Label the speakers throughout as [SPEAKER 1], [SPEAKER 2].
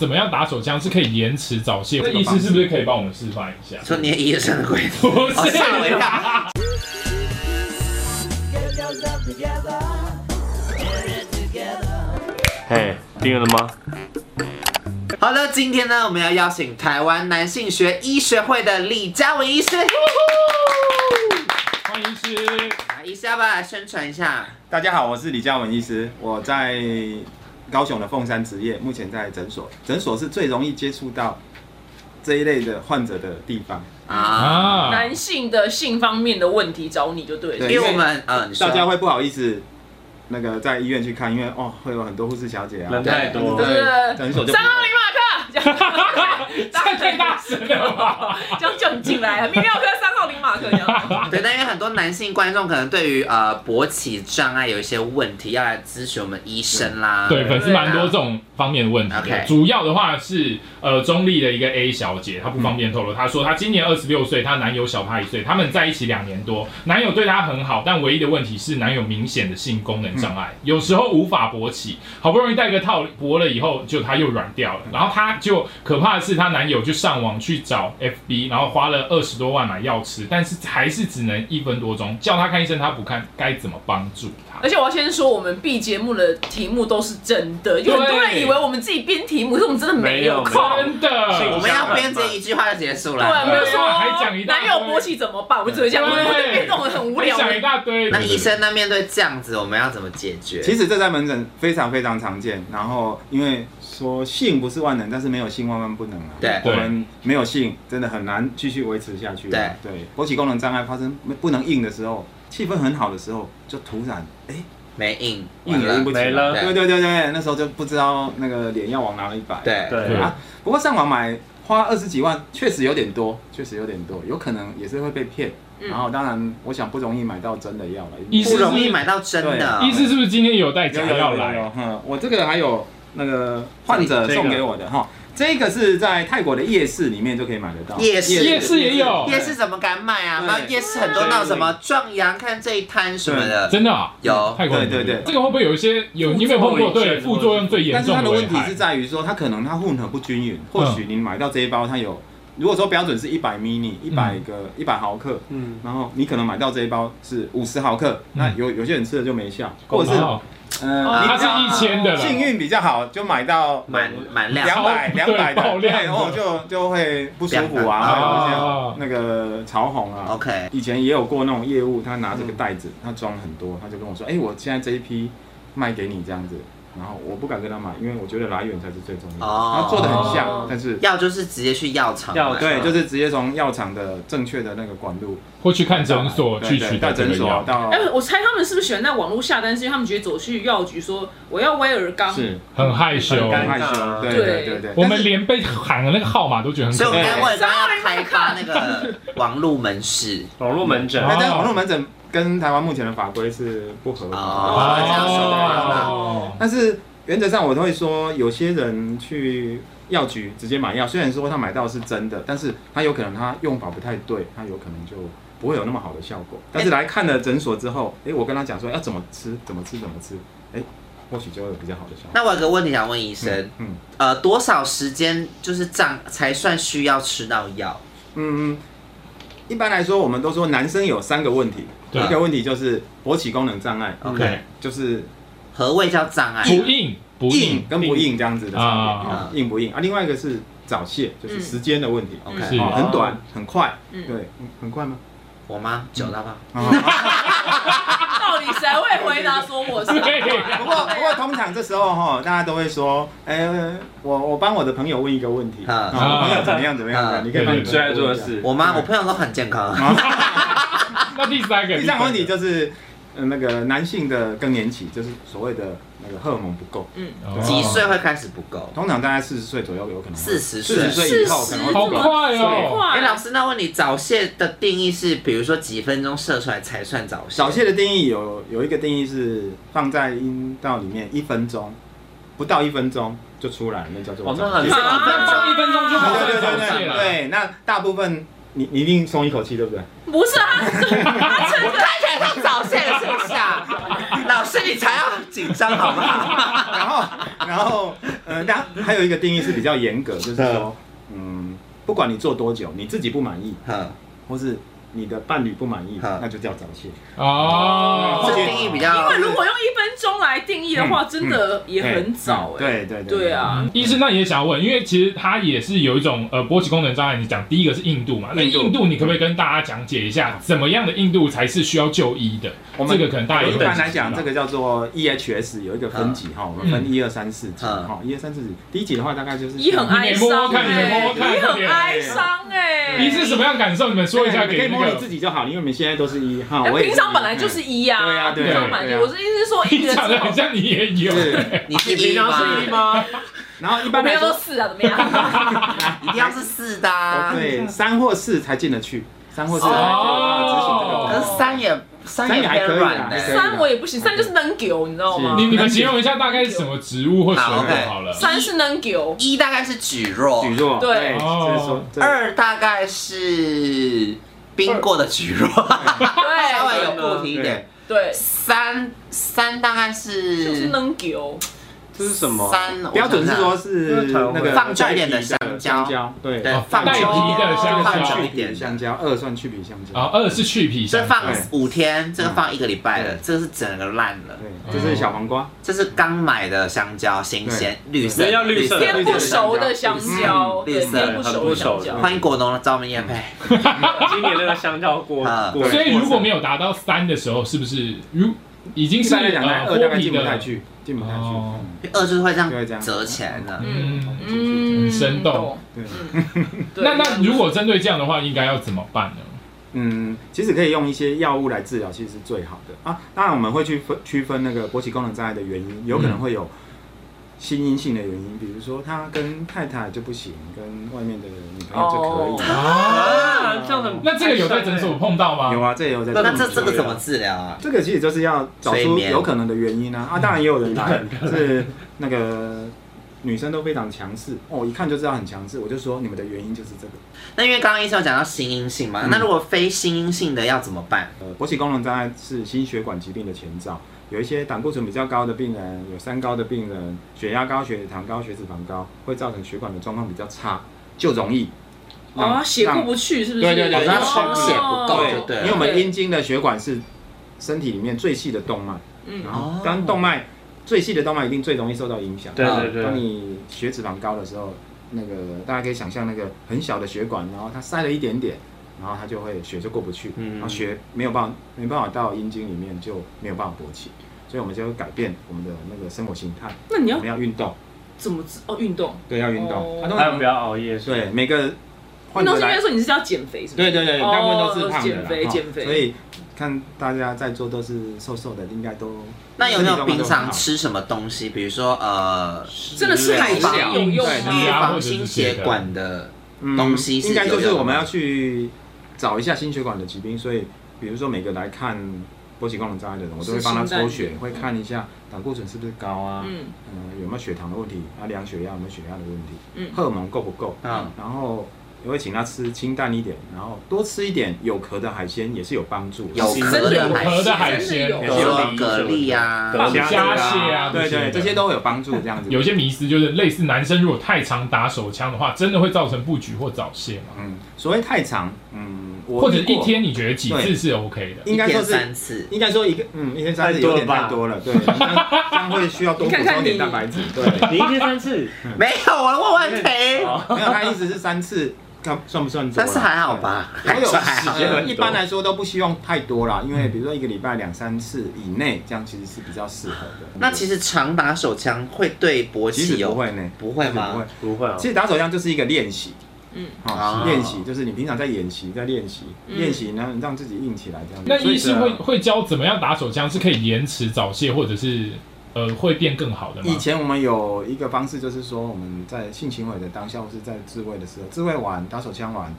[SPEAKER 1] 怎么样打手枪是可以延迟早泄？那医师是不是可以帮我们示范一下？
[SPEAKER 2] 说你的医生的鬼，
[SPEAKER 1] 不是
[SPEAKER 2] 哦吓我一跳。
[SPEAKER 3] 嘿，订阅了吗？
[SPEAKER 2] 好的，今天呢，我们要邀请台湾男性学医学会的李嘉文医师，
[SPEAKER 1] 欢迎医师，
[SPEAKER 2] 来医师要不要来宣传一下？
[SPEAKER 4] 大家好，我是李嘉文医师，我在高雄的凤山职业，目前在诊所。诊所是最容易接触到这一类的患者的地方，
[SPEAKER 2] 啊，
[SPEAKER 1] 啊，
[SPEAKER 5] 男性的性方面的问题找你就对了。
[SPEAKER 2] 因为我们呃，你说
[SPEAKER 3] 啊
[SPEAKER 4] 大家会不好意思那个在医院去看，因为哦会有很多护士小姐啊，
[SPEAKER 3] 人太多
[SPEAKER 4] 对
[SPEAKER 5] 对
[SPEAKER 4] 诊所就不
[SPEAKER 5] 三号林马克，这样
[SPEAKER 1] 这太大声了吧？
[SPEAKER 5] 这样叫你进来，泌尿科三号林马克这样。
[SPEAKER 2] 对，但因为很多男性观众可能对于呃勃起障碍有一些问题，要来咨询我们医生啦。啊
[SPEAKER 1] 对，粉丝蛮多这种方面的问题的。
[SPEAKER 2] OK
[SPEAKER 1] 主要的话是，呃，中立的一个 A 小姐，她不方便透露，她说她今年二十六岁，她男友小她一岁，他们在一起两年多，男友对她很好，但唯一的问题是男友明显的性功能障碍，有时候无法勃起，好不容易戴个套勃了以后，就她又软掉了，然后她就可怕的是，她男友就上网去找 FB，然后花了二十多万买药吃，但是还是只能一分多钟，叫她看医生，她不看，该怎么帮助她？
[SPEAKER 5] 而且我要先说，我们 B 节目的题目都是真的，有很多人以为我们自己编题目，可是我们真的没有
[SPEAKER 3] 没有
[SPEAKER 5] 空。
[SPEAKER 1] 真的，
[SPEAKER 2] 我们要编辑一句话就结束
[SPEAKER 5] 对，我
[SPEAKER 2] 了。
[SPEAKER 5] 们就说
[SPEAKER 1] 还讲一大
[SPEAKER 5] 男
[SPEAKER 1] 堆
[SPEAKER 5] 友勃起怎么办？我们只会讲，我们会变这种很无聊
[SPEAKER 1] 想一
[SPEAKER 5] 的。
[SPEAKER 1] 大堆。
[SPEAKER 2] 那医生那面对这样子，我们要怎么解决？
[SPEAKER 4] 其实这在门诊非常非常常见。然后因为说性不是万能，但是没有性万万不能啊。
[SPEAKER 2] 对
[SPEAKER 4] 我们没有性真的很难继续维持下去、啊
[SPEAKER 2] 对
[SPEAKER 4] 对，勃起功能障碍发生不能硬的时候，气氛很好的时候，就突然哎、
[SPEAKER 2] 没硬，
[SPEAKER 4] 硬也硬不起来
[SPEAKER 3] 没了
[SPEAKER 4] 对对对对，那时候就不知道那个脸要往哪里摆。
[SPEAKER 2] 对
[SPEAKER 3] 对
[SPEAKER 4] 啊，不过上网买花二十几万，确实有点多，确实有点多，有可能也是会被骗。
[SPEAKER 5] 嗯
[SPEAKER 4] 然后当然，我想不容易买到真的药了，
[SPEAKER 1] 医
[SPEAKER 2] 不
[SPEAKER 1] 师
[SPEAKER 2] 容易买到真的。
[SPEAKER 1] 医师是不是今天有带假
[SPEAKER 4] 有有
[SPEAKER 1] 药
[SPEAKER 4] 有有
[SPEAKER 1] 来？
[SPEAKER 4] 有，嗯，我这个还有那个患者送给我的哈，这个是在泰国的夜市里面就可以买得到，
[SPEAKER 2] 夜市
[SPEAKER 1] 夜市也有
[SPEAKER 2] 夜市怎么敢买啊？
[SPEAKER 4] 哦对
[SPEAKER 2] 那夜市很多那种什么壮阳看这一摊什么的，
[SPEAKER 1] 真的啊，
[SPEAKER 2] 有
[SPEAKER 1] 泰国人
[SPEAKER 4] 对对对
[SPEAKER 1] 这个会不会有一些有？你有没有碰过？对，副作用最严
[SPEAKER 4] 但是
[SPEAKER 1] 重
[SPEAKER 4] 它的
[SPEAKER 1] 危
[SPEAKER 4] 问题
[SPEAKER 1] 害嗯
[SPEAKER 4] 是。在于说，它可能它混合不均匀，或许你买到这一包，它有，如果说标准是一百 mini，一百
[SPEAKER 1] 嗯
[SPEAKER 4] 个一百毫克，
[SPEAKER 3] 嗯，
[SPEAKER 4] 然后你可能买到这一包是五十毫克，那有有些人吃了就没效，或者是
[SPEAKER 1] 哦
[SPEAKER 4] 嗯，
[SPEAKER 5] 哦
[SPEAKER 1] 它
[SPEAKER 4] 你
[SPEAKER 1] 是一千的了，
[SPEAKER 4] 幸运比较好，就买到
[SPEAKER 2] 满满量
[SPEAKER 4] 两百
[SPEAKER 1] 对
[SPEAKER 4] 两百的，
[SPEAKER 1] 爆量
[SPEAKER 4] 对，哦就就会不舒服
[SPEAKER 1] 哦
[SPEAKER 4] 啊，还有一些那个潮红啊。
[SPEAKER 2] OK，嗯
[SPEAKER 4] 以前也有过那种业务，他拿这个袋子，他装很多，他就跟我说，哎，我现在这一批卖给你这样子。然后我不敢跟他买，因为我觉得来源才是最重要的。
[SPEAKER 2] 哦
[SPEAKER 4] 他做的很
[SPEAKER 5] 哦
[SPEAKER 4] 像，但是
[SPEAKER 2] 药就是直接去药厂啊
[SPEAKER 3] 药
[SPEAKER 2] 买
[SPEAKER 4] 对，就是是直接从药厂的正确的那个管路
[SPEAKER 1] 或去看诊所
[SPEAKER 4] 对
[SPEAKER 1] 去
[SPEAKER 4] 对
[SPEAKER 1] 取
[SPEAKER 4] 到
[SPEAKER 1] 得这
[SPEAKER 4] 诊
[SPEAKER 1] 个
[SPEAKER 4] 所
[SPEAKER 1] 药，
[SPEAKER 4] 到
[SPEAKER 5] 哎，我猜他们是不是喜欢在网络下单，是因为他们觉得走去药局说我要威尔刚，
[SPEAKER 4] 是
[SPEAKER 1] 很害羞。
[SPEAKER 3] 很尴尬
[SPEAKER 4] 害羞，对
[SPEAKER 5] 啊对
[SPEAKER 4] 对对对。
[SPEAKER 1] 嗯我们连被喊的那个号码都觉得很
[SPEAKER 2] 所以
[SPEAKER 1] 可
[SPEAKER 2] 我们
[SPEAKER 1] 爱。
[SPEAKER 2] 刚刚为了刚要开发那个网路门市，
[SPEAKER 3] 网络门诊
[SPEAKER 1] 哦
[SPEAKER 4] 哎，但是网络门诊跟台湾目前的法规是不合的。
[SPEAKER 1] 啊
[SPEAKER 2] 哦这样说吧
[SPEAKER 1] 哦
[SPEAKER 4] 但是原则上我都会说，有些人去药局直接买药，虽然说他买到是真的，但是他有可能他用法不太对，他有可能就不会有那么好的效
[SPEAKER 5] 哎
[SPEAKER 4] 果。但是来看了诊所之后，诶，我跟他讲说要怎么吃，怎么吃，怎么吃，诶，或许就会有比较好的效果。
[SPEAKER 2] 那我有个问题想问医生，
[SPEAKER 4] 嗯
[SPEAKER 2] 呃，多少时间就是胀才算需要吃到药？
[SPEAKER 4] 嗯，一般来说，我们都说男生有三个问题，
[SPEAKER 1] 对啊
[SPEAKER 4] 一个问题就是勃起功能障碍
[SPEAKER 2] OK
[SPEAKER 4] 就是
[SPEAKER 2] 何谓叫障碍？
[SPEAKER 1] 不硬不
[SPEAKER 4] 硬
[SPEAKER 1] 硬，
[SPEAKER 4] 跟不硬这样子的差别，
[SPEAKER 2] 啊
[SPEAKER 4] 啊硬不硬啊？另外一个是早泄，就是时间的问题。
[SPEAKER 2] OK，
[SPEAKER 1] 是
[SPEAKER 4] 哦，很短，很快，
[SPEAKER 5] 嗯
[SPEAKER 4] 对，嗯很快吗？
[SPEAKER 2] 我吗？九到八。
[SPEAKER 5] 到底谁会回答说我是？
[SPEAKER 1] 对
[SPEAKER 4] 不过不过，通常这时候哈，大家都会说，哎，我我帮我的朋友问一个问题，
[SPEAKER 2] 啊
[SPEAKER 4] 啊我朋友怎么样怎么样
[SPEAKER 2] 啊
[SPEAKER 4] 的，你可以帮你
[SPEAKER 1] 对对对
[SPEAKER 3] 最爱做的。
[SPEAKER 4] 嗯
[SPEAKER 3] 事，
[SPEAKER 2] 我吗？我朋友都很健康。啊
[SPEAKER 1] 那第三个，
[SPEAKER 4] 第三个问题
[SPEAKER 1] 就
[SPEAKER 4] 就是，呃，那个男性的更年期，就是所谓的那个荷尔蒙不够，
[SPEAKER 5] 嗯，
[SPEAKER 2] 几
[SPEAKER 1] 哦
[SPEAKER 2] 岁会开始不够？
[SPEAKER 4] 通常大概四十岁左右有可能会，
[SPEAKER 2] 40
[SPEAKER 4] 四十岁以后可能会
[SPEAKER 1] 好
[SPEAKER 4] 不够。
[SPEAKER 1] 快哦！
[SPEAKER 2] 哎、老
[SPEAKER 5] 快，
[SPEAKER 2] 师，那问你早泄的定义是，比如说几分钟射出来才算早泄？
[SPEAKER 4] 早泄的定义有有一个定义是放在阴道里面一分钟，不到一分钟就出来，那叫做
[SPEAKER 3] 哦，那
[SPEAKER 4] 早
[SPEAKER 3] 很
[SPEAKER 4] 泄。
[SPEAKER 5] 啊
[SPEAKER 1] 那放一分钟就
[SPEAKER 4] 对
[SPEAKER 1] 好了
[SPEAKER 4] 对对
[SPEAKER 1] 早泄
[SPEAKER 4] 对
[SPEAKER 1] 了
[SPEAKER 4] 对，对那大部分你你一定松一口气，对不对？
[SPEAKER 5] 不是啊，
[SPEAKER 2] 看起来像早泄了，是不是啊？老师，是你才要紧张好不好？
[SPEAKER 4] 然后，然后，呃，那还有一个定义是比较严格，就是说，嗯，不管你做多久，你自己不满意，
[SPEAKER 2] 哼
[SPEAKER 4] 或是你的伴侣不满意，
[SPEAKER 2] 嗯
[SPEAKER 4] 那就叫早泄。
[SPEAKER 1] 哦，
[SPEAKER 2] 这定义比较
[SPEAKER 5] 因为如果用一分钟来定义的话，真的也很早哎。
[SPEAKER 4] 对对对
[SPEAKER 5] 对，啊，
[SPEAKER 1] 医生，那也想问，因为其实它也是有一种呃勃起功能障碍。你讲第一个是硬度嘛，那
[SPEAKER 4] 硬度
[SPEAKER 1] 硬度你可不可以跟大家讲解一下，怎么样的硬度才是需要就医的？
[SPEAKER 4] 我们
[SPEAKER 1] 这个可能大家有
[SPEAKER 4] 一般来
[SPEAKER 1] 等
[SPEAKER 4] 讲，
[SPEAKER 1] 级
[SPEAKER 4] 这
[SPEAKER 1] 嘛
[SPEAKER 4] 个叫做 EHS 有一个分级哈，我们分一二三四级
[SPEAKER 2] 嗯
[SPEAKER 4] 哈，一二三四级，第一级的话大概就是
[SPEAKER 5] 一很哀伤哎，
[SPEAKER 1] 你
[SPEAKER 5] 一
[SPEAKER 1] 摸摸看
[SPEAKER 5] 很哀伤哎。
[SPEAKER 1] 医是什么样的感受？你们说一下
[SPEAKER 4] 对你可
[SPEAKER 1] 给
[SPEAKER 4] 以
[SPEAKER 1] 那
[SPEAKER 4] 摸你
[SPEAKER 1] 个
[SPEAKER 4] 自己就好，因为我们现在都是一哈，
[SPEAKER 5] 哎
[SPEAKER 4] 我也
[SPEAKER 5] 平常本来就是一呀，
[SPEAKER 4] 对啊对
[SPEAKER 5] 平常本来
[SPEAKER 4] 对啊
[SPEAKER 5] 就我的意思是说，一
[SPEAKER 1] 你
[SPEAKER 5] 的
[SPEAKER 1] 讲的很
[SPEAKER 5] 时候，
[SPEAKER 1] 像你也有，
[SPEAKER 4] 是，
[SPEAKER 2] 你是
[SPEAKER 4] 你
[SPEAKER 2] 一
[SPEAKER 4] 平
[SPEAKER 2] 吗
[SPEAKER 4] 常？是一吗？然后一
[SPEAKER 5] 我
[SPEAKER 4] 般
[SPEAKER 5] 朋
[SPEAKER 4] 来
[SPEAKER 5] 友都
[SPEAKER 4] 说，
[SPEAKER 5] 四啊，怎么样？
[SPEAKER 2] 一定要是四的啊。
[SPEAKER 4] 哦对，三或四才进得去，啊三或四才可以执行这个
[SPEAKER 5] 哦
[SPEAKER 4] 动
[SPEAKER 2] 可
[SPEAKER 4] 作。
[SPEAKER 2] 是三也三
[SPEAKER 4] 三
[SPEAKER 2] 也
[SPEAKER 4] 也还
[SPEAKER 2] 偏
[SPEAKER 4] 可以
[SPEAKER 2] 软
[SPEAKER 4] 啦
[SPEAKER 2] 的、
[SPEAKER 4] 还可以
[SPEAKER 5] 三我也不行，三就是能丢，你知道吗
[SPEAKER 1] 你？你们
[SPEAKER 4] 能举
[SPEAKER 1] 形容一下大概是什么植物或水
[SPEAKER 2] 好
[SPEAKER 1] 果
[SPEAKER 2] ，OK
[SPEAKER 1] 好了？
[SPEAKER 5] 三是能哦丢，
[SPEAKER 2] 一大概是举弱，
[SPEAKER 4] 举弱，
[SPEAKER 5] 对
[SPEAKER 4] 对，就是
[SPEAKER 1] 哦
[SPEAKER 4] 说这
[SPEAKER 2] 二大概是冰过的举弱，
[SPEAKER 5] 对，
[SPEAKER 2] 稍微有固体一点。
[SPEAKER 5] 对，
[SPEAKER 2] 三三大概是
[SPEAKER 4] 嗯
[SPEAKER 5] 就是能丢。
[SPEAKER 4] 这是什么？
[SPEAKER 2] 三
[SPEAKER 4] 标准是说是那个
[SPEAKER 2] 放久一点的
[SPEAKER 4] 带皮
[SPEAKER 2] 香蕉
[SPEAKER 4] 香蕉对，
[SPEAKER 2] 对
[SPEAKER 1] 哦
[SPEAKER 2] 放
[SPEAKER 1] 带皮
[SPEAKER 2] 久一点
[SPEAKER 1] 的香
[SPEAKER 2] 放
[SPEAKER 1] 蕉
[SPEAKER 2] 久一
[SPEAKER 4] 去皮
[SPEAKER 2] 点的。
[SPEAKER 4] 香蕉，二算去皮香蕉。
[SPEAKER 1] 啊，二是去皮
[SPEAKER 2] 这
[SPEAKER 1] 香蕉，
[SPEAKER 2] 放五天，这个放一个礼拜的，
[SPEAKER 4] 对
[SPEAKER 2] 这个是整个烂了。
[SPEAKER 4] 对，这是小黄瓜，
[SPEAKER 2] 这是刚买的香蕉，新鲜绿色，
[SPEAKER 3] 对要绿
[SPEAKER 4] 呃
[SPEAKER 3] 色的
[SPEAKER 5] 天不熟的香蕉，
[SPEAKER 4] 嗯
[SPEAKER 2] 绿
[SPEAKER 5] 对，
[SPEAKER 2] 色的
[SPEAKER 5] 天不熟的香蕉
[SPEAKER 3] 嗯。
[SPEAKER 2] 欢迎果农的招明叶配。
[SPEAKER 3] 今年那个香蕉过
[SPEAKER 2] 啊
[SPEAKER 3] 过，
[SPEAKER 1] 所以如果没有达到三的时候，是不是如已经
[SPEAKER 4] 一
[SPEAKER 1] 是
[SPEAKER 4] 般来讲，那
[SPEAKER 1] 呃
[SPEAKER 4] 二大
[SPEAKER 1] 脱
[SPEAKER 4] 概
[SPEAKER 1] 皮
[SPEAKER 4] 进不太
[SPEAKER 1] 的？
[SPEAKER 4] 去，进不太去。
[SPEAKER 1] 哦
[SPEAKER 4] 嗯
[SPEAKER 2] 二就是会这
[SPEAKER 4] 就会这
[SPEAKER 2] 样
[SPEAKER 4] 样
[SPEAKER 2] 折起来的。
[SPEAKER 1] 嗯
[SPEAKER 5] 嗯，
[SPEAKER 1] 生动
[SPEAKER 5] 懂
[SPEAKER 4] 对
[SPEAKER 5] 嗯对
[SPEAKER 1] 那那如果针对这样的话，应该要怎么办呢？
[SPEAKER 4] 嗯，其实可以用一些药物来治疗，其实是最好的啊。当然，我们会去分区分那个勃起功能障碍的原因，有可能
[SPEAKER 1] 嗯
[SPEAKER 4] 会有心因性的原因，比如说他跟太太就不行，跟外面的女朋友就可
[SPEAKER 5] 哦
[SPEAKER 4] 以。
[SPEAKER 3] 啊，这样子
[SPEAKER 1] 那这个有在诊所碰到吗？
[SPEAKER 4] 有啊，这也有在。
[SPEAKER 2] 哦那这这个怎么？治疗啊？
[SPEAKER 4] 这个其实就是要找
[SPEAKER 2] 催
[SPEAKER 4] 出
[SPEAKER 2] 眠
[SPEAKER 4] 有可能的原因啊啊！当然也有人来是那个女生都非常强势哦，一看就知道很强势，我就说你们的原因就是这个。
[SPEAKER 2] 那因为刚刚医生有讲到心因性嘛，
[SPEAKER 4] 嗯
[SPEAKER 2] 那如果非心因性的要怎么办？
[SPEAKER 4] 呃，勃起功能障碍是心血管疾病的前兆，有一些胆固醇比较高的病人，有三高的病人，血压高、血糖高、血脂肪高，会造成血管的状况比较差，就容易让
[SPEAKER 5] 啊，血过
[SPEAKER 4] 让
[SPEAKER 5] 不去是不是？
[SPEAKER 4] 对对对
[SPEAKER 5] 哦
[SPEAKER 4] 那充
[SPEAKER 2] 血不够就对
[SPEAKER 4] 对，因为我们阴茎的血管是身体里面最细的动脉，
[SPEAKER 5] 嗯
[SPEAKER 4] 然
[SPEAKER 2] 哦
[SPEAKER 4] 后当动脉最细的动脉一定最容易受到影响。
[SPEAKER 3] 对对
[SPEAKER 4] 当
[SPEAKER 3] 对，
[SPEAKER 4] 你血脂肪高的时候，那个大家可以想象那个很小的血管，然后它塞了一点点，然后它就会血就过不去，
[SPEAKER 2] 嗯
[SPEAKER 4] 然后血没有办法没办法到阴茎里面，就没有办法勃起。所以我们就改变我们的那个生活形态，
[SPEAKER 5] 那你
[SPEAKER 4] 我
[SPEAKER 5] 要
[SPEAKER 4] 们要运动，
[SPEAKER 5] 怎么治哦？运动，
[SPEAKER 4] 哎对，要运动。
[SPEAKER 5] 哦
[SPEAKER 4] 啊通
[SPEAKER 3] 还有
[SPEAKER 4] 常
[SPEAKER 3] 不要熬夜，是吧
[SPEAKER 4] 对，每个患
[SPEAKER 5] 运动
[SPEAKER 4] 者
[SPEAKER 5] 是因
[SPEAKER 4] 来
[SPEAKER 5] 为，说你是要减肥是不
[SPEAKER 4] 对
[SPEAKER 5] 是？
[SPEAKER 4] 对对，
[SPEAKER 5] 哦
[SPEAKER 4] 大部分都是胖的
[SPEAKER 5] 减
[SPEAKER 4] 啦，
[SPEAKER 5] 肥
[SPEAKER 4] 哈
[SPEAKER 5] 减肥
[SPEAKER 4] 所以看大家在座都是瘦瘦的，应该都
[SPEAKER 2] 那有没有
[SPEAKER 4] 身体状况
[SPEAKER 2] 平
[SPEAKER 4] 都很
[SPEAKER 2] 常
[SPEAKER 4] 好
[SPEAKER 2] 吃什么东西？比如说呃，
[SPEAKER 5] 真的吃海鲜有用
[SPEAKER 4] 对
[SPEAKER 2] 预
[SPEAKER 5] 吗？
[SPEAKER 2] 防心血管的，东西是
[SPEAKER 4] 嗯应该就
[SPEAKER 2] 有
[SPEAKER 4] 是
[SPEAKER 2] 用的
[SPEAKER 4] 我们要去找一下心血管的疾病，所以比如说每个来看勃起功能障碍的人，我都会
[SPEAKER 5] 是
[SPEAKER 4] 帮他
[SPEAKER 5] 心脏
[SPEAKER 4] 抽
[SPEAKER 5] 疾
[SPEAKER 4] 血，
[SPEAKER 5] 病
[SPEAKER 4] 会看一下胆固醇是不是高啊，嗯、
[SPEAKER 5] 嗯
[SPEAKER 4] 有没有血糖的问题，啊量血压有没有血压的问题，
[SPEAKER 5] 嗯
[SPEAKER 4] 荷尔蒙够不够，
[SPEAKER 2] 嗯，
[SPEAKER 4] 然后也会请他吃清淡一点，然后多吃一点有壳的海鲜也是有帮助的，
[SPEAKER 2] 有壳
[SPEAKER 1] 有
[SPEAKER 2] 的
[SPEAKER 1] 壳的海
[SPEAKER 2] 海
[SPEAKER 1] 鲜，
[SPEAKER 2] 鲜，
[SPEAKER 5] 真的
[SPEAKER 2] 比
[SPEAKER 5] 有
[SPEAKER 2] 如说
[SPEAKER 3] 有
[SPEAKER 2] 蛤蜊啊，
[SPEAKER 3] 蛤蜊
[SPEAKER 1] 虾蟹啊，
[SPEAKER 4] 对对，这些都有帮助，这样子。
[SPEAKER 1] 有一些迷思，就是类似男生如果太常打手枪的话，真的会造成布局或早泄嘛？
[SPEAKER 4] 嗯，所谓太长，嗯，我
[SPEAKER 1] 或者
[SPEAKER 4] 遇过
[SPEAKER 1] 一天你觉得几次是 OK 的？
[SPEAKER 4] 应该
[SPEAKER 2] 一
[SPEAKER 4] 说
[SPEAKER 2] 天
[SPEAKER 4] 是
[SPEAKER 2] 三次。
[SPEAKER 4] 应该说一个，嗯，一天三次
[SPEAKER 3] 太多
[SPEAKER 4] 有
[SPEAKER 3] 了
[SPEAKER 4] 点
[SPEAKER 3] 吧
[SPEAKER 4] 太多了，对，这 样这样会需要多补充一点蛋 白质，对。
[SPEAKER 3] 你一天三次，
[SPEAKER 2] 没有，我问问题。
[SPEAKER 3] 好
[SPEAKER 4] 没有，他意思是三次，看算不算多啦？
[SPEAKER 2] 但是还好吧，
[SPEAKER 4] 对。还有
[SPEAKER 2] 算还好 嗯
[SPEAKER 3] 时间很多
[SPEAKER 4] 呃一般来说都不希望太多啦，因为比如说一个礼拜两三次以内，这样其实是比较适合的。
[SPEAKER 2] 那其实常打手枪会对勃
[SPEAKER 4] 其
[SPEAKER 2] 起
[SPEAKER 4] 实不
[SPEAKER 2] 有
[SPEAKER 4] 会呢，
[SPEAKER 2] 不会
[SPEAKER 4] 不会
[SPEAKER 2] 吗？。
[SPEAKER 3] 不会啊
[SPEAKER 4] 其，实打手枪就是一个练习，
[SPEAKER 5] 嗯，
[SPEAKER 2] 啊
[SPEAKER 4] 好，练习就是你平常在演习，在练习，
[SPEAKER 5] 嗯
[SPEAKER 4] 练习呢让自己硬起来这样子。
[SPEAKER 1] 那
[SPEAKER 4] 所以
[SPEAKER 1] 医师
[SPEAKER 4] 呃
[SPEAKER 1] 会会教怎么样打手枪是可以延迟早泄，或者是呃会变更好的吗
[SPEAKER 4] 以？前我们有一个方式，就是说我们在性行为的当下，或是在自慰的时候，自慰完打手枪完，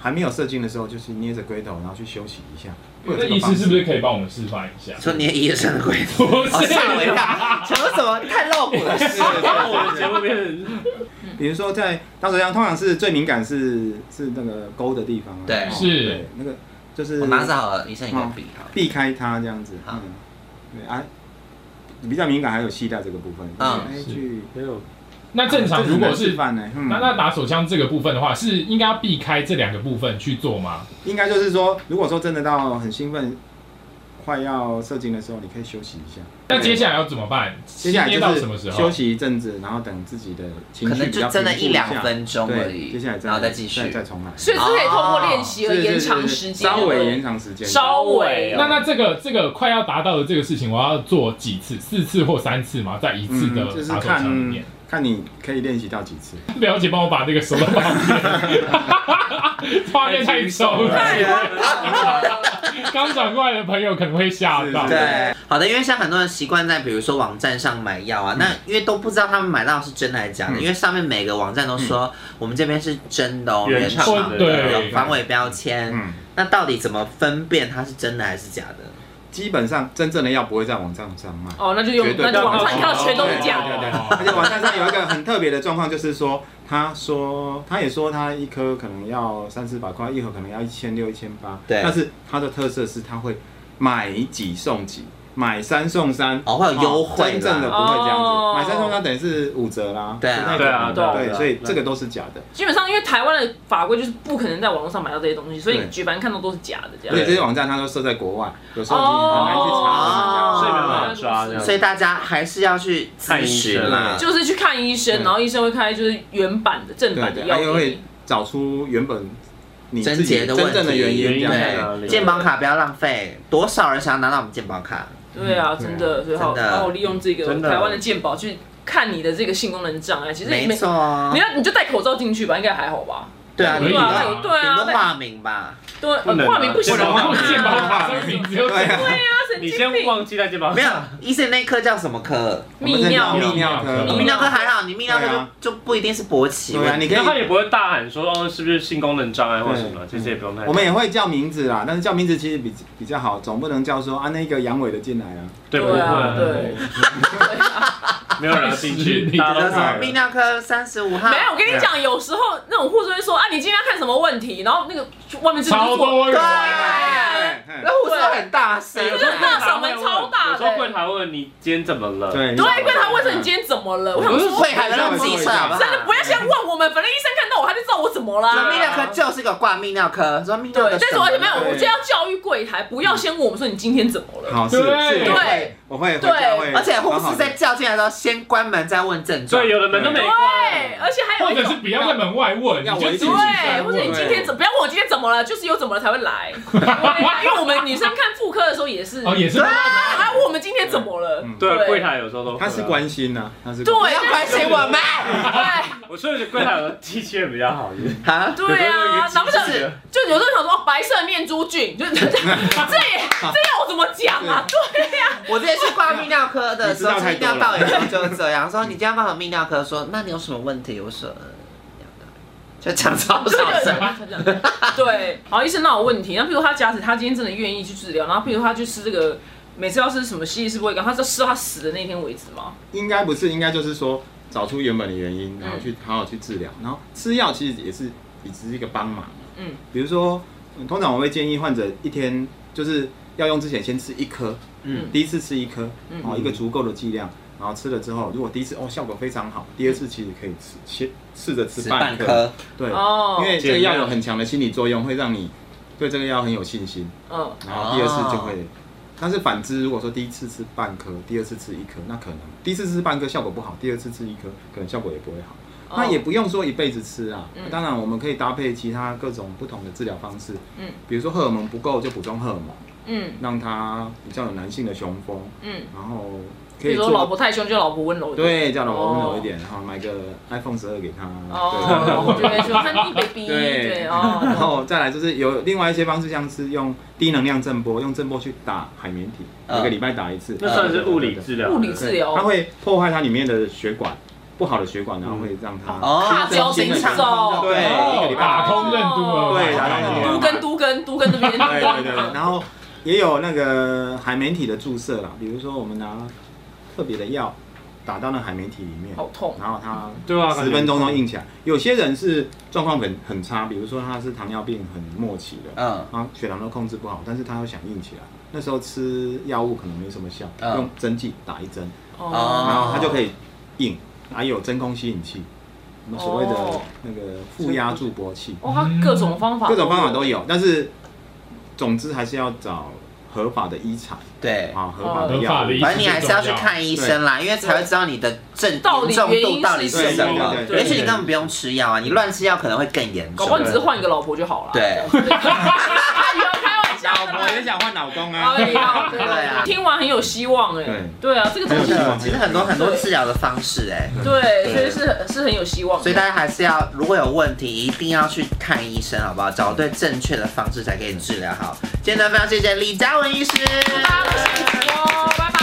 [SPEAKER 4] 还没有射精的时候，就是捏着龟头，然后去休息一下。会
[SPEAKER 1] 嗯
[SPEAKER 4] 有
[SPEAKER 1] 那
[SPEAKER 4] 这个
[SPEAKER 1] 医
[SPEAKER 4] 方
[SPEAKER 1] 师
[SPEAKER 4] 式
[SPEAKER 1] 是不是可以帮我们示范一下？
[SPEAKER 2] 说你的医生的鬼头，
[SPEAKER 1] 不
[SPEAKER 2] 哦
[SPEAKER 1] 是
[SPEAKER 2] 吓我一跳，想说什么太露骨的事？
[SPEAKER 3] 那我们节目变成
[SPEAKER 4] 比如说在打手枪，通常是最敏感是是那个勾的地方啊、
[SPEAKER 2] 对
[SPEAKER 4] 哦
[SPEAKER 1] 是
[SPEAKER 4] 对那个就是嗯
[SPEAKER 2] 我拿着好了，医生你给我比好了。
[SPEAKER 4] 避开它这样子。
[SPEAKER 2] 好
[SPEAKER 4] 嗯，对啊，比较敏感还有系带这个部分，
[SPEAKER 2] 嗯
[SPEAKER 4] 哎去
[SPEAKER 3] 没有，
[SPEAKER 1] 那正 常如果是
[SPEAKER 4] 饭呢，嗯
[SPEAKER 1] 那那打手枪这个部分的话，是应该要避开这两个部分去做吗？
[SPEAKER 4] 应该就是说，如果说真的到很兴奋，快要射精的时候，你可以休息一下。
[SPEAKER 1] 那接下来要怎么办？
[SPEAKER 4] 接下来
[SPEAKER 1] 接
[SPEAKER 4] 就
[SPEAKER 1] 到什么
[SPEAKER 4] 是
[SPEAKER 1] 时
[SPEAKER 4] 休
[SPEAKER 1] 候？
[SPEAKER 4] 息一阵子，然后等自己的情
[SPEAKER 2] 可
[SPEAKER 4] 绪
[SPEAKER 2] 能
[SPEAKER 4] 比
[SPEAKER 2] 就
[SPEAKER 4] 较
[SPEAKER 2] 真的
[SPEAKER 4] 平复
[SPEAKER 2] 一两
[SPEAKER 4] 下
[SPEAKER 2] 分钟而
[SPEAKER 4] 对，
[SPEAKER 2] 已，
[SPEAKER 4] 接下来再
[SPEAKER 2] 然后再继续
[SPEAKER 4] 再。再重来，
[SPEAKER 5] 所以是可以通过练习而
[SPEAKER 4] 对对对
[SPEAKER 5] 延长
[SPEAKER 4] 啊对
[SPEAKER 5] 时间的，
[SPEAKER 4] 稍微延长时间。
[SPEAKER 5] 稍微
[SPEAKER 1] 那那这个这个快要达到的这个事情，我要做几次？四次或三次吗？在一次的
[SPEAKER 4] 嗯，就是
[SPEAKER 1] 打手
[SPEAKER 4] 看
[SPEAKER 1] 枪里面，
[SPEAKER 4] 看你可以练习到几次。
[SPEAKER 1] 表姐帮我把这个手到旁 边，画面太丑了，
[SPEAKER 5] 太荒唐了。
[SPEAKER 1] 刚转过来的朋友可能会吓到。
[SPEAKER 4] 是是
[SPEAKER 2] 对，好的，因为像很多人习惯在比如说网站上买药啊，那因为都不知道他们买到是真的还是假的，
[SPEAKER 4] 嗯
[SPEAKER 2] 因为上面每个网站都说我们这边是真的哦，
[SPEAKER 3] 原
[SPEAKER 2] 原
[SPEAKER 3] 厂
[SPEAKER 2] 厂
[SPEAKER 1] 的
[SPEAKER 2] 的，
[SPEAKER 1] 对
[SPEAKER 2] 有防伪标签。
[SPEAKER 4] 嗯，
[SPEAKER 2] 那到底怎么分辨它是真的还是假的？
[SPEAKER 4] 基本上真正的药不会在网站上卖。
[SPEAKER 5] 哦，那就用
[SPEAKER 4] 绝，对哦
[SPEAKER 5] 那就网上你看到全都是假
[SPEAKER 4] 对
[SPEAKER 5] 的。
[SPEAKER 4] 对对
[SPEAKER 1] 哦
[SPEAKER 4] 而且网站上有一个很特别的状况，就是说，他说他也说他一颗可能要三四百块，一盒可能要一千六、一千八。
[SPEAKER 2] 对
[SPEAKER 4] 但是它的特色是它会买几送几，买三送三。
[SPEAKER 2] 哦，会有优惠啦
[SPEAKER 4] 真正的不会这样子，
[SPEAKER 5] 哦
[SPEAKER 4] 买三送三等于是五折啦。
[SPEAKER 2] 对啊
[SPEAKER 4] 不太可能
[SPEAKER 3] 对啊对啊对
[SPEAKER 4] 对，
[SPEAKER 3] 啊
[SPEAKER 4] 所以
[SPEAKER 3] 对啊
[SPEAKER 4] 这个都是假的。
[SPEAKER 5] 基本上因为台湾的法规就是不可能在网络上买到这些东西，所以你
[SPEAKER 4] 对
[SPEAKER 5] 举凡看到都是假的这
[SPEAKER 4] 而且
[SPEAKER 5] 样。
[SPEAKER 4] 这些网站它都设在国外，有时候你
[SPEAKER 5] 哦
[SPEAKER 4] 很难去查。
[SPEAKER 2] 哦
[SPEAKER 3] 所以没办法抓这样。
[SPEAKER 2] 所以大家还是要去咨询啦。
[SPEAKER 5] 就是去看医生，
[SPEAKER 4] 对
[SPEAKER 5] 然后医生会开就是原版的正
[SPEAKER 4] 对
[SPEAKER 5] 版的
[SPEAKER 4] 对，
[SPEAKER 5] 药
[SPEAKER 4] 还
[SPEAKER 5] 给
[SPEAKER 4] 会
[SPEAKER 5] 你。
[SPEAKER 4] 找出原本你自
[SPEAKER 2] 症
[SPEAKER 4] 己
[SPEAKER 2] 结的
[SPEAKER 4] 真
[SPEAKER 2] 问题，
[SPEAKER 4] 正的原因，这样
[SPEAKER 3] 原因在哪
[SPEAKER 4] 子。
[SPEAKER 2] 对，
[SPEAKER 3] 里
[SPEAKER 2] 健保卡不要浪费，多少人想要拿到我们健保卡？
[SPEAKER 5] 对啊，真的，所以好
[SPEAKER 2] 真的
[SPEAKER 5] 好好利用这个
[SPEAKER 3] 嗯真的
[SPEAKER 5] 台湾的健保去看你的这个性功能障碍。其实也
[SPEAKER 2] 没，错啊
[SPEAKER 5] 你，要你就戴口罩进去吧，应该还好吧？
[SPEAKER 2] 对啊，
[SPEAKER 1] 可以
[SPEAKER 2] 你
[SPEAKER 5] 对
[SPEAKER 1] 吧
[SPEAKER 5] 啊，
[SPEAKER 1] 戴
[SPEAKER 5] 对啊，
[SPEAKER 2] 顶多
[SPEAKER 5] 戴
[SPEAKER 2] 化名吧。
[SPEAKER 5] 对
[SPEAKER 3] 不能啊
[SPEAKER 5] 化名不行
[SPEAKER 1] 我
[SPEAKER 5] 啊，
[SPEAKER 1] 的
[SPEAKER 3] 不能
[SPEAKER 1] 忘
[SPEAKER 3] 啊
[SPEAKER 1] 记
[SPEAKER 3] 健
[SPEAKER 1] 把
[SPEAKER 3] 保
[SPEAKER 1] 卡
[SPEAKER 3] 卡
[SPEAKER 1] 这个名字又
[SPEAKER 4] 对啊。
[SPEAKER 5] 神
[SPEAKER 3] 你
[SPEAKER 5] 经
[SPEAKER 3] 先
[SPEAKER 5] 病
[SPEAKER 3] 忘记在肩膀
[SPEAKER 2] 没 有，医生那科叫什么科？
[SPEAKER 5] 泌尿
[SPEAKER 4] 我们在泌尿
[SPEAKER 1] 泌
[SPEAKER 4] 科
[SPEAKER 1] 尿
[SPEAKER 2] 泌尿科还好，你泌尿科
[SPEAKER 4] 对
[SPEAKER 2] 就、
[SPEAKER 4] 啊
[SPEAKER 2] 就不一定是勃起
[SPEAKER 4] 对啊，
[SPEAKER 2] 问
[SPEAKER 4] 你
[SPEAKER 2] 题。
[SPEAKER 4] 可
[SPEAKER 3] 然后他
[SPEAKER 4] 以，
[SPEAKER 3] 也不会大喊说哦是不是性功能障碍或什么，其实也不用太。
[SPEAKER 4] 我们也会叫名字啦，但是叫名字其实比比较好，总不能叫说啊那个阳痿的进来啊，
[SPEAKER 3] 对不
[SPEAKER 5] 对啊，
[SPEAKER 3] 会，
[SPEAKER 5] 对。
[SPEAKER 3] 没有人要进去，
[SPEAKER 2] 那
[SPEAKER 3] 大家
[SPEAKER 2] 什
[SPEAKER 3] 都
[SPEAKER 2] 么
[SPEAKER 4] 对
[SPEAKER 2] 泌尿科三十五号，
[SPEAKER 5] 没有，我跟你讲，有时候那种护士会说啊，你今天要看什么问题，然后那个外面真的
[SPEAKER 1] 超
[SPEAKER 5] 就坐
[SPEAKER 1] 多人，
[SPEAKER 2] 对
[SPEAKER 4] 嘿
[SPEAKER 2] 那护士都很大声
[SPEAKER 3] 对，有时候
[SPEAKER 5] 真的嗓门超大的
[SPEAKER 3] 有时候柜台问你今天怎么了，，
[SPEAKER 4] 对
[SPEAKER 5] 对，柜台问说你今天怎么了？我想
[SPEAKER 2] 不是
[SPEAKER 5] 说，
[SPEAKER 2] 会还让自己扯好不好？
[SPEAKER 5] 真的不要先问我们，反正医生看到我，他就知道我怎
[SPEAKER 2] 说
[SPEAKER 5] 么啦。
[SPEAKER 2] 泌尿科就是个挂泌尿科，说泌尿
[SPEAKER 5] 对
[SPEAKER 2] 科，
[SPEAKER 5] 但是我
[SPEAKER 2] 什
[SPEAKER 5] 而且
[SPEAKER 2] 么
[SPEAKER 5] 没有，
[SPEAKER 4] 对
[SPEAKER 5] 我就要教育柜台，不要先问我们说你今天怎么了。
[SPEAKER 4] 好是是，
[SPEAKER 1] 对
[SPEAKER 4] 我会
[SPEAKER 5] 对，
[SPEAKER 4] 我会
[SPEAKER 5] 对
[SPEAKER 4] 回家会
[SPEAKER 2] 而且护
[SPEAKER 4] 好好
[SPEAKER 2] 士
[SPEAKER 4] 地
[SPEAKER 2] 在叫进来的时候，先关门再问症状
[SPEAKER 3] 所以。有的门都没关，
[SPEAKER 5] 对，而且还有
[SPEAKER 1] 或
[SPEAKER 5] 一
[SPEAKER 1] 者
[SPEAKER 5] 种
[SPEAKER 1] 是不要在门外问，你
[SPEAKER 4] 要
[SPEAKER 1] 就
[SPEAKER 4] 围
[SPEAKER 1] 自己
[SPEAKER 4] 进去
[SPEAKER 1] 在
[SPEAKER 5] 对，或
[SPEAKER 1] 问
[SPEAKER 5] 者你今天怎不要问我今天怎么了，就是有怎么了才会来。对因为我们女生看妇科的时候也是，
[SPEAKER 1] 哦，也是
[SPEAKER 5] 啊，还问我们今天怎么了？
[SPEAKER 4] 嗯
[SPEAKER 3] 对
[SPEAKER 5] 对
[SPEAKER 3] 柜台有时候都会啊
[SPEAKER 4] 他是，关心呐，他是
[SPEAKER 5] 对，
[SPEAKER 4] 关心
[SPEAKER 2] 要关心我们
[SPEAKER 5] 对
[SPEAKER 3] 我说的是柜台有的机器人比较好一点，
[SPEAKER 2] 啊！
[SPEAKER 5] 对啊，
[SPEAKER 3] 有时
[SPEAKER 5] 难不
[SPEAKER 3] 候有
[SPEAKER 5] 成
[SPEAKER 3] 一个机器人
[SPEAKER 5] 就有时候想说哦白色念珠菌，就 这也这要我怎么讲啊？对呀，
[SPEAKER 2] 我之前去挂泌尿科的时候，
[SPEAKER 4] 你知道
[SPEAKER 2] 去
[SPEAKER 4] 太
[SPEAKER 2] 泌
[SPEAKER 4] 多
[SPEAKER 2] 尿
[SPEAKER 4] 了
[SPEAKER 2] 道炎的时候就是这样，说你今天挂好泌尿科，说那你有什么问题？我说呃就讲超
[SPEAKER 5] 对
[SPEAKER 2] 少声。
[SPEAKER 5] 对 对，好，医生那有问题，那譬如他假使他今天真的愿意去治疗，然后譬如他去吃这个，每次要吃什么西医是不会讲，他是吃到他死的那天为止吗？
[SPEAKER 4] 应该不是，应该就是说找出原本的原因，然后去好好去治疗，然后吃药其实也是也只是一个帮忙。
[SPEAKER 5] 嗯
[SPEAKER 4] 嗯，比如说，嗯通常我会建议患者一天就是要用之前先吃一颗，
[SPEAKER 2] 嗯
[SPEAKER 4] 嗯，第一次吃一颗，
[SPEAKER 5] 嗯
[SPEAKER 4] 哦，一个足够的剂量，然后吃了之后，如果第一次哦效果非常好，第二次其实可以吃先试着吃
[SPEAKER 2] 是
[SPEAKER 4] 半
[SPEAKER 2] 半
[SPEAKER 4] 颗，
[SPEAKER 2] 颗，
[SPEAKER 4] 对，
[SPEAKER 5] 哦
[SPEAKER 4] 因为这个
[SPEAKER 3] 减量
[SPEAKER 4] 药有很强的心理作用，会让你对这个药很有信心。
[SPEAKER 5] 嗯，
[SPEAKER 4] 然后第二次就会。
[SPEAKER 5] 哦
[SPEAKER 4] 但是反之，如果说第一次吃半颗，第二次吃一颗，那可能第一次吃半颗效果不好，第二次吃一颗可能效果也不会好。
[SPEAKER 5] 哦
[SPEAKER 4] 那也不用说一辈子吃啊，
[SPEAKER 5] 嗯
[SPEAKER 4] 当然我们可以搭配其他各种不同的治疗方式，
[SPEAKER 5] 嗯
[SPEAKER 4] 比如说荷尔蒙不够就补充荷尔蒙，
[SPEAKER 5] 嗯
[SPEAKER 4] 让它比较有男性的雄风，
[SPEAKER 5] 嗯，
[SPEAKER 4] 然后可
[SPEAKER 5] 比
[SPEAKER 4] 以
[SPEAKER 5] 如说老
[SPEAKER 4] 做
[SPEAKER 5] 婆太凶，就老婆温柔一点。
[SPEAKER 4] 对叫老婆温柔一点，然后买个 iPhone 十二给他，
[SPEAKER 5] 哦，我觉得说看你 baby，
[SPEAKER 4] 对
[SPEAKER 5] 对
[SPEAKER 4] 然
[SPEAKER 5] 哦，
[SPEAKER 4] 后再来就是有另外一些方式，像是用低能量震波，用震波去打海绵体，
[SPEAKER 2] 嗯
[SPEAKER 4] 每个礼拜打一次。
[SPEAKER 3] 那算是物理治疗，
[SPEAKER 5] 物理治
[SPEAKER 4] 对
[SPEAKER 5] 疗
[SPEAKER 4] 它会破坏它里面的血管，不好的血管，然后会让它
[SPEAKER 2] 哦
[SPEAKER 5] 怕交
[SPEAKER 4] 神
[SPEAKER 5] 心
[SPEAKER 4] 经
[SPEAKER 5] 上
[SPEAKER 4] 的
[SPEAKER 5] 走，
[SPEAKER 4] 对一个礼拜
[SPEAKER 1] 打通任督了，
[SPEAKER 4] 对打通任督
[SPEAKER 5] 都跟都跟都跟那边，
[SPEAKER 4] 对对对，然后也有那个海绵体的注射啦，比如说我们拿特别的药，打到那海绵体里面，
[SPEAKER 5] 好痛哦
[SPEAKER 4] 然后他
[SPEAKER 3] 对啊，
[SPEAKER 4] 十分钟都硬起来。有些人是状况很很差，比如说他是糖尿病很末期的，
[SPEAKER 2] 嗯
[SPEAKER 4] 啊，血糖都控制不好，但是他又想硬起来。那时候吃药物可能没什么效，
[SPEAKER 2] 嗯
[SPEAKER 4] 用针剂打一针，
[SPEAKER 5] 哦
[SPEAKER 2] 哦
[SPEAKER 4] 然后他就可以硬，还有真空吸引器，我们所谓的
[SPEAKER 5] 哦
[SPEAKER 4] 那个负压助勃器，
[SPEAKER 5] 哦，他各种方法，
[SPEAKER 4] 各种方法都。有，但是总之还是要找合法的医材
[SPEAKER 2] 对。
[SPEAKER 4] 啊，合法
[SPEAKER 5] 哦
[SPEAKER 4] 的
[SPEAKER 1] 合
[SPEAKER 4] 药
[SPEAKER 1] 法
[SPEAKER 4] 物
[SPEAKER 1] 的。医
[SPEAKER 2] 反正你还是要去看医生啦，因为才会知道你的症严重度到底是什么
[SPEAKER 4] 到底原因是什么。对对对
[SPEAKER 2] 也许你根本不用吃药啊，你乱吃药可能会更严
[SPEAKER 5] 搞
[SPEAKER 2] 重
[SPEAKER 5] 不。好你只是换一个老婆就好了。
[SPEAKER 2] 对，
[SPEAKER 5] 有开玩笑
[SPEAKER 4] 老
[SPEAKER 5] 的
[SPEAKER 4] 婆也
[SPEAKER 5] 啦。
[SPEAKER 4] 想换老公啊
[SPEAKER 5] 哎，呀，对
[SPEAKER 2] 对啊
[SPEAKER 5] 听完很有希望哎
[SPEAKER 4] 对。
[SPEAKER 5] 对啊，这个东
[SPEAKER 2] 真
[SPEAKER 5] 西
[SPEAKER 4] 很有希望
[SPEAKER 2] 的，其实很多很多治疗的方式哎、
[SPEAKER 5] 对，所以是是很有希望的。
[SPEAKER 2] 所以大家还是要如果有问题，一定要去看医生，好不好？找对正确的方式才可以治疗好。今天呢，非常谢谢李嘉文医师。
[SPEAKER 5] 大家都幸福哦，拜拜。